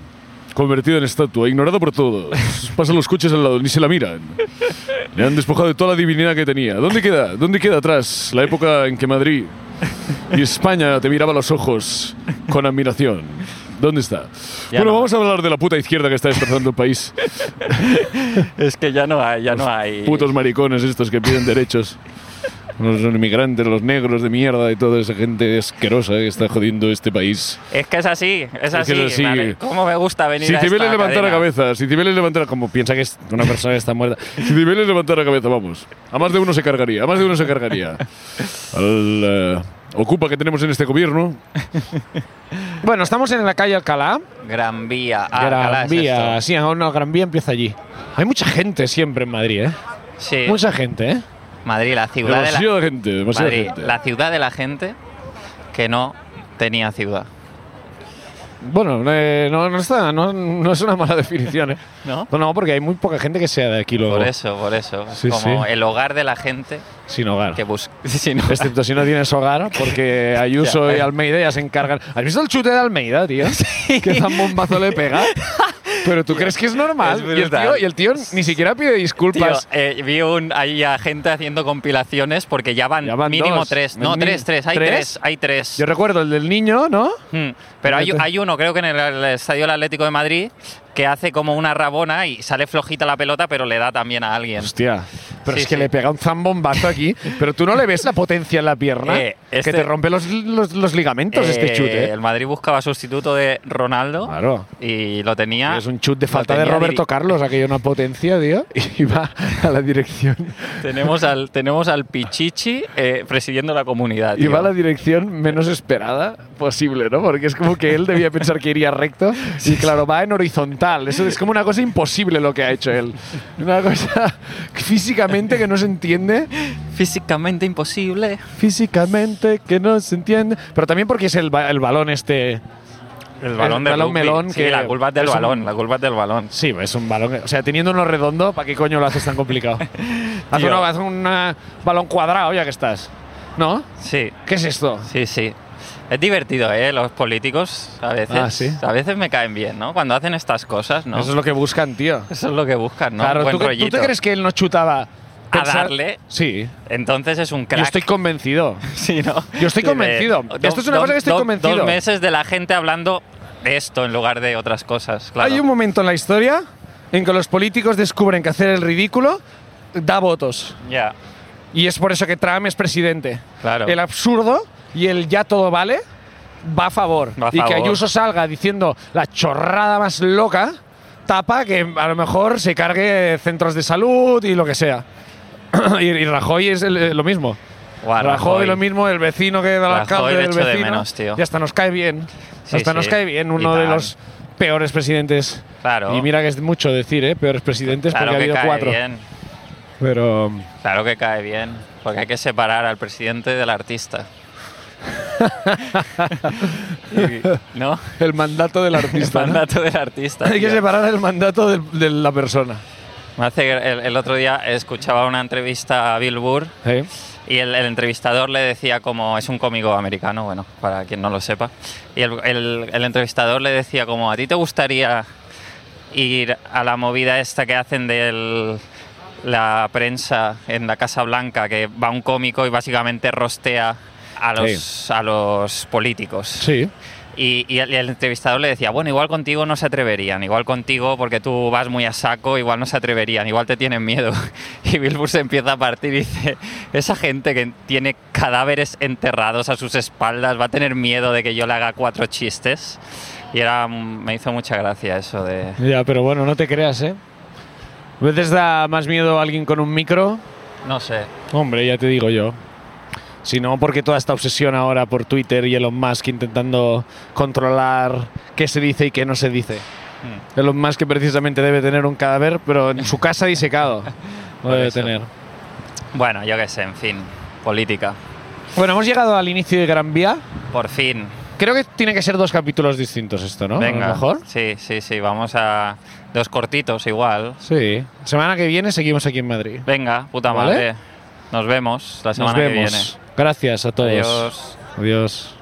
[SPEAKER 1] convertida en estatua, ignorada por todos. Pasan los coches al lado, ni se la miran. Le han despojado de toda la divinidad que tenía. ¿Dónde queda? ¿Dónde queda atrás la época en que Madrid y España te miraba a los ojos con admiración? ¿Dónde está?
[SPEAKER 2] Ya
[SPEAKER 1] bueno,
[SPEAKER 2] no.
[SPEAKER 1] vamos a hablar de la puta izquierda que está destrozando el país.
[SPEAKER 2] Es que ya no hay, ya no hay.
[SPEAKER 1] Putos maricones estos que piden derechos. Los inmigrantes, los negros de mierda y toda esa gente asquerosa que está jodiendo este país.
[SPEAKER 2] Es que es así, es
[SPEAKER 1] Es que
[SPEAKER 2] así.
[SPEAKER 1] es así.
[SPEAKER 2] Vale, ¿Cómo me gusta venir
[SPEAKER 1] Si
[SPEAKER 2] a esta
[SPEAKER 1] Cibeles levantara la
[SPEAKER 2] cadena?
[SPEAKER 1] cabeza, si Cibeles levantara... Como piensa que es una persona que está muerta. Si Cibeles levantara la cabeza, vamos. A más de uno se cargaría, a más de uno se cargaría. Al, eh, ocupa que tenemos en este gobierno. Bueno, estamos en la calle Alcalá.
[SPEAKER 2] Gran Vía. Ah, Alcalá
[SPEAKER 1] Gran
[SPEAKER 2] es
[SPEAKER 1] Vía.
[SPEAKER 2] esto.
[SPEAKER 1] Sí, una Gran Vía empieza allí. Hay mucha gente siempre en Madrid, ¿eh?
[SPEAKER 2] Sí.
[SPEAKER 1] Mucha gente, ¿eh?
[SPEAKER 2] Madrid, la ciudad de la,
[SPEAKER 1] Demasiada gente, demasiada
[SPEAKER 2] Madrid,
[SPEAKER 1] gente.
[SPEAKER 2] la ciudad de la gente que no tenía ciudad.
[SPEAKER 1] Bueno, eh, no, no, está, no, no es una mala definición, ¿eh?
[SPEAKER 2] ¿No?
[SPEAKER 1] No, no, porque hay muy poca gente que sea de aquí luego,
[SPEAKER 2] Por eso, por eso.
[SPEAKER 1] Oh. Sí,
[SPEAKER 2] Como
[SPEAKER 1] sí.
[SPEAKER 2] el hogar de la gente
[SPEAKER 1] sin hogar.
[SPEAKER 2] que busca. Si no-
[SPEAKER 1] Excepto si no tienes hogar, porque Ayuso
[SPEAKER 2] Ya,
[SPEAKER 1] y
[SPEAKER 2] eh.
[SPEAKER 1] Almeida ya se encargan. ¿Has visto el chute de Almeida, tío? Que tan bombazo le pega. Pero tú crees que es normal.
[SPEAKER 2] Es
[SPEAKER 1] y, el tío,
[SPEAKER 2] brutal.
[SPEAKER 1] y el tío ni siquiera pide
[SPEAKER 2] Tío,
[SPEAKER 1] disculpas.
[SPEAKER 2] eh, vi un, hay a gente haciendo compilaciones porque ya van,
[SPEAKER 1] Ya van
[SPEAKER 2] mínimo
[SPEAKER 1] dos.
[SPEAKER 2] tres. No,
[SPEAKER 1] Mínimo-
[SPEAKER 2] tres, tres. Hay
[SPEAKER 1] ¿Tres?
[SPEAKER 2] tres, hay tres.
[SPEAKER 1] Yo recuerdo el del niño, ¿no?
[SPEAKER 2] Mm, Pero hay,
[SPEAKER 1] Fíjate.
[SPEAKER 2] hay uno, creo que en el, el Estadio del Atlético de Madrid, que hace como una rabona y sale flojita la pelota, pero le da también a alguien.
[SPEAKER 1] Hostia. Pero
[SPEAKER 2] Sí,
[SPEAKER 1] es que
[SPEAKER 2] sí.
[SPEAKER 1] le pega un zambombazo aquí. Pero tú no le ves la potencia en la pierna.
[SPEAKER 2] Eh,
[SPEAKER 1] Que
[SPEAKER 2] este-
[SPEAKER 1] te rompe los, los- los ligamentos este
[SPEAKER 2] Eh,
[SPEAKER 1] chute.
[SPEAKER 2] El Madrid buscaba sustituto de Ronaldo
[SPEAKER 1] Claro.
[SPEAKER 2] y lo tenía.
[SPEAKER 1] Es un chut de
[SPEAKER 2] lo
[SPEAKER 1] falta de
[SPEAKER 2] tenía
[SPEAKER 1] Roberto
[SPEAKER 2] diri-
[SPEAKER 1] Carlos, aquello una potencia, tío, y va a la dirección.
[SPEAKER 2] Tenemos al, tenemos al Pichichi eh, presidiendo la comunidad.
[SPEAKER 1] Y
[SPEAKER 2] tío.
[SPEAKER 1] va a la dirección menos esperada posible, ¿no? Porque es como que él debía pensar que iría recto y claro, va en horizontal. Eso es como una cosa imposible lo que ha hecho él. Una cosa físicamente que no se entiende,
[SPEAKER 2] Físicamente imposible.
[SPEAKER 1] físicamente que no se entiende, pero también porque es el, ba- el balón este
[SPEAKER 2] El balón de
[SPEAKER 1] balón
[SPEAKER 2] rugby.
[SPEAKER 1] melón
[SPEAKER 2] Sí,
[SPEAKER 1] que-
[SPEAKER 2] la culpa es del
[SPEAKER 1] es un-
[SPEAKER 2] balón, la culpa es del balón.
[SPEAKER 1] Sí, es un balón. O sea, teniendo uno redondo, ¿para qué coño lo haces tan complicado? haz
[SPEAKER 2] Tío.
[SPEAKER 1] uno- haz un eh, balón cuadrado ya que estás. ¿No?
[SPEAKER 2] Sí.
[SPEAKER 1] ¿Qué es esto?
[SPEAKER 2] Sí, sí. Es divertido, ¿eh? Los políticos a veces,
[SPEAKER 1] Ah, ¿sí?
[SPEAKER 2] a veces me caen bien, ¿no? Cuando hacen estas cosas, ¿no?
[SPEAKER 1] Eso es lo que buscan, tío.
[SPEAKER 2] Eso es lo que buscan, ¿no?
[SPEAKER 1] claro,
[SPEAKER 2] Un
[SPEAKER 1] ¿tú,
[SPEAKER 2] Buen
[SPEAKER 1] cre- ¿tú
[SPEAKER 2] rollito.
[SPEAKER 1] te crees que él no chutaba
[SPEAKER 2] darle?
[SPEAKER 1] Sí.
[SPEAKER 2] Entonces es un crack.
[SPEAKER 1] Yo estoy convencido.
[SPEAKER 2] Sí, ¿no?
[SPEAKER 1] Yo estoy
[SPEAKER 2] Dice,
[SPEAKER 1] convencido.
[SPEAKER 2] do-
[SPEAKER 1] Esto es una
[SPEAKER 2] do-
[SPEAKER 1] cosa que estoy
[SPEAKER 2] do-
[SPEAKER 1] convencido.
[SPEAKER 2] Dos meses de la gente hablando de esto en lugar de otras cosas, claro.
[SPEAKER 1] Hay un momento en la historia en que los políticos descubren que hacer el ridículo da votos.
[SPEAKER 2] Ya,
[SPEAKER 1] Y es por eso que Trump es presidente.
[SPEAKER 2] claro.
[SPEAKER 1] El absurdo y el ya todo vale va a favor.
[SPEAKER 2] Va a
[SPEAKER 1] y que
[SPEAKER 2] favor.
[SPEAKER 1] Ayuso salga diciendo la chorrada más loca tapa que a lo mejor se cargue centros de salud y lo que sea. y, y Rajoy es el- eh, lo mismo.
[SPEAKER 2] Guau,
[SPEAKER 1] Rajoy, lo mismo, el vecino que da la alcalde
[SPEAKER 2] Rajoy le
[SPEAKER 1] del
[SPEAKER 2] echo de
[SPEAKER 1] vecino.
[SPEAKER 2] menos, tío.
[SPEAKER 1] Y hasta nos cae bien.
[SPEAKER 2] Sí,
[SPEAKER 1] hasta
[SPEAKER 2] sí.
[SPEAKER 1] nos cae bien
[SPEAKER 2] Y
[SPEAKER 1] uno de
[SPEAKER 2] tal.
[SPEAKER 1] los peores presidentes.
[SPEAKER 2] Claro.
[SPEAKER 1] Y mira que es mucho decir, ¿eh? Peores presidentes
[SPEAKER 2] Claro
[SPEAKER 1] porque ha
[SPEAKER 2] que
[SPEAKER 1] habido
[SPEAKER 2] cae
[SPEAKER 1] cuatro.
[SPEAKER 2] bien.
[SPEAKER 1] Pero um,
[SPEAKER 2] Claro que cae bien. Porque hay que separar al presidente del artista. Y- ¿No?
[SPEAKER 1] el mandato del
[SPEAKER 2] El
[SPEAKER 1] artista. ¿no?
[SPEAKER 2] mandato del artista.
[SPEAKER 1] Hay que
[SPEAKER 2] tío.
[SPEAKER 1] separar el mandato del- de la persona.
[SPEAKER 2] Me hace que el, el otro día escuchaba una entrevista a Bill Burr
[SPEAKER 1] ¿eh?
[SPEAKER 2] y el, el entrevistador le decía como, es un cómico americano, bueno, para quien no lo sepa, y el, el- el entrevistador le decía como, ¿a ti te gustaría ir a la movida esta que hacen del la prensa en la Casa Blanca, que va un cómico y básicamente rostea a los, a los políticos.
[SPEAKER 1] Sí.
[SPEAKER 2] Y, y el, el entrevistador le decía, bueno, igual contigo no se atreverían, igual contigo porque tú vas muy a saco, igual no se atreverían, igual te tienen miedo. Y Bilbur se empieza a partir y dice, esa gente que tiene cadáveres enterrados a sus espaldas va a tener miedo de que yo le haga cuatro chistes. Y era, mm, me hizo mucha gracia eso de...
[SPEAKER 1] Ya, pero bueno, no te creas, ¿eh? A veces da más miedo alguien con un micro.
[SPEAKER 2] No sé.
[SPEAKER 1] Hombre, ya te digo yo. Si no, porque toda esta obsesión ahora por Twitter y Elon Musk intentando controlar qué se dice y qué no se dice.
[SPEAKER 2] mm,
[SPEAKER 1] Elon Musk que precisamente debe tener un cadáver, pero en su casa disecado. Lo
[SPEAKER 2] Por
[SPEAKER 1] debe
[SPEAKER 2] eso.
[SPEAKER 1] tener.
[SPEAKER 2] Bueno, yo qué sé, en fin. Política.
[SPEAKER 1] Bueno, hemos llegado al inicio de Gran Vía.
[SPEAKER 2] Por fin.
[SPEAKER 1] Creo que tiene que ser dos capítulos distintos esto, ¿no?
[SPEAKER 2] Venga.
[SPEAKER 1] A lo mejor.
[SPEAKER 2] Sí, sí, sí. Vamos a dos cortitos igual.
[SPEAKER 1] Sí. Semana que viene seguimos aquí en Madrid.
[SPEAKER 2] Venga, puta
[SPEAKER 1] ¿Vale?
[SPEAKER 2] madre. Nos vemos la semana
[SPEAKER 1] Nos
[SPEAKER 2] que
[SPEAKER 1] vemos.
[SPEAKER 2] viene.
[SPEAKER 1] Gracias a todos.
[SPEAKER 2] Adiós.
[SPEAKER 1] Adiós.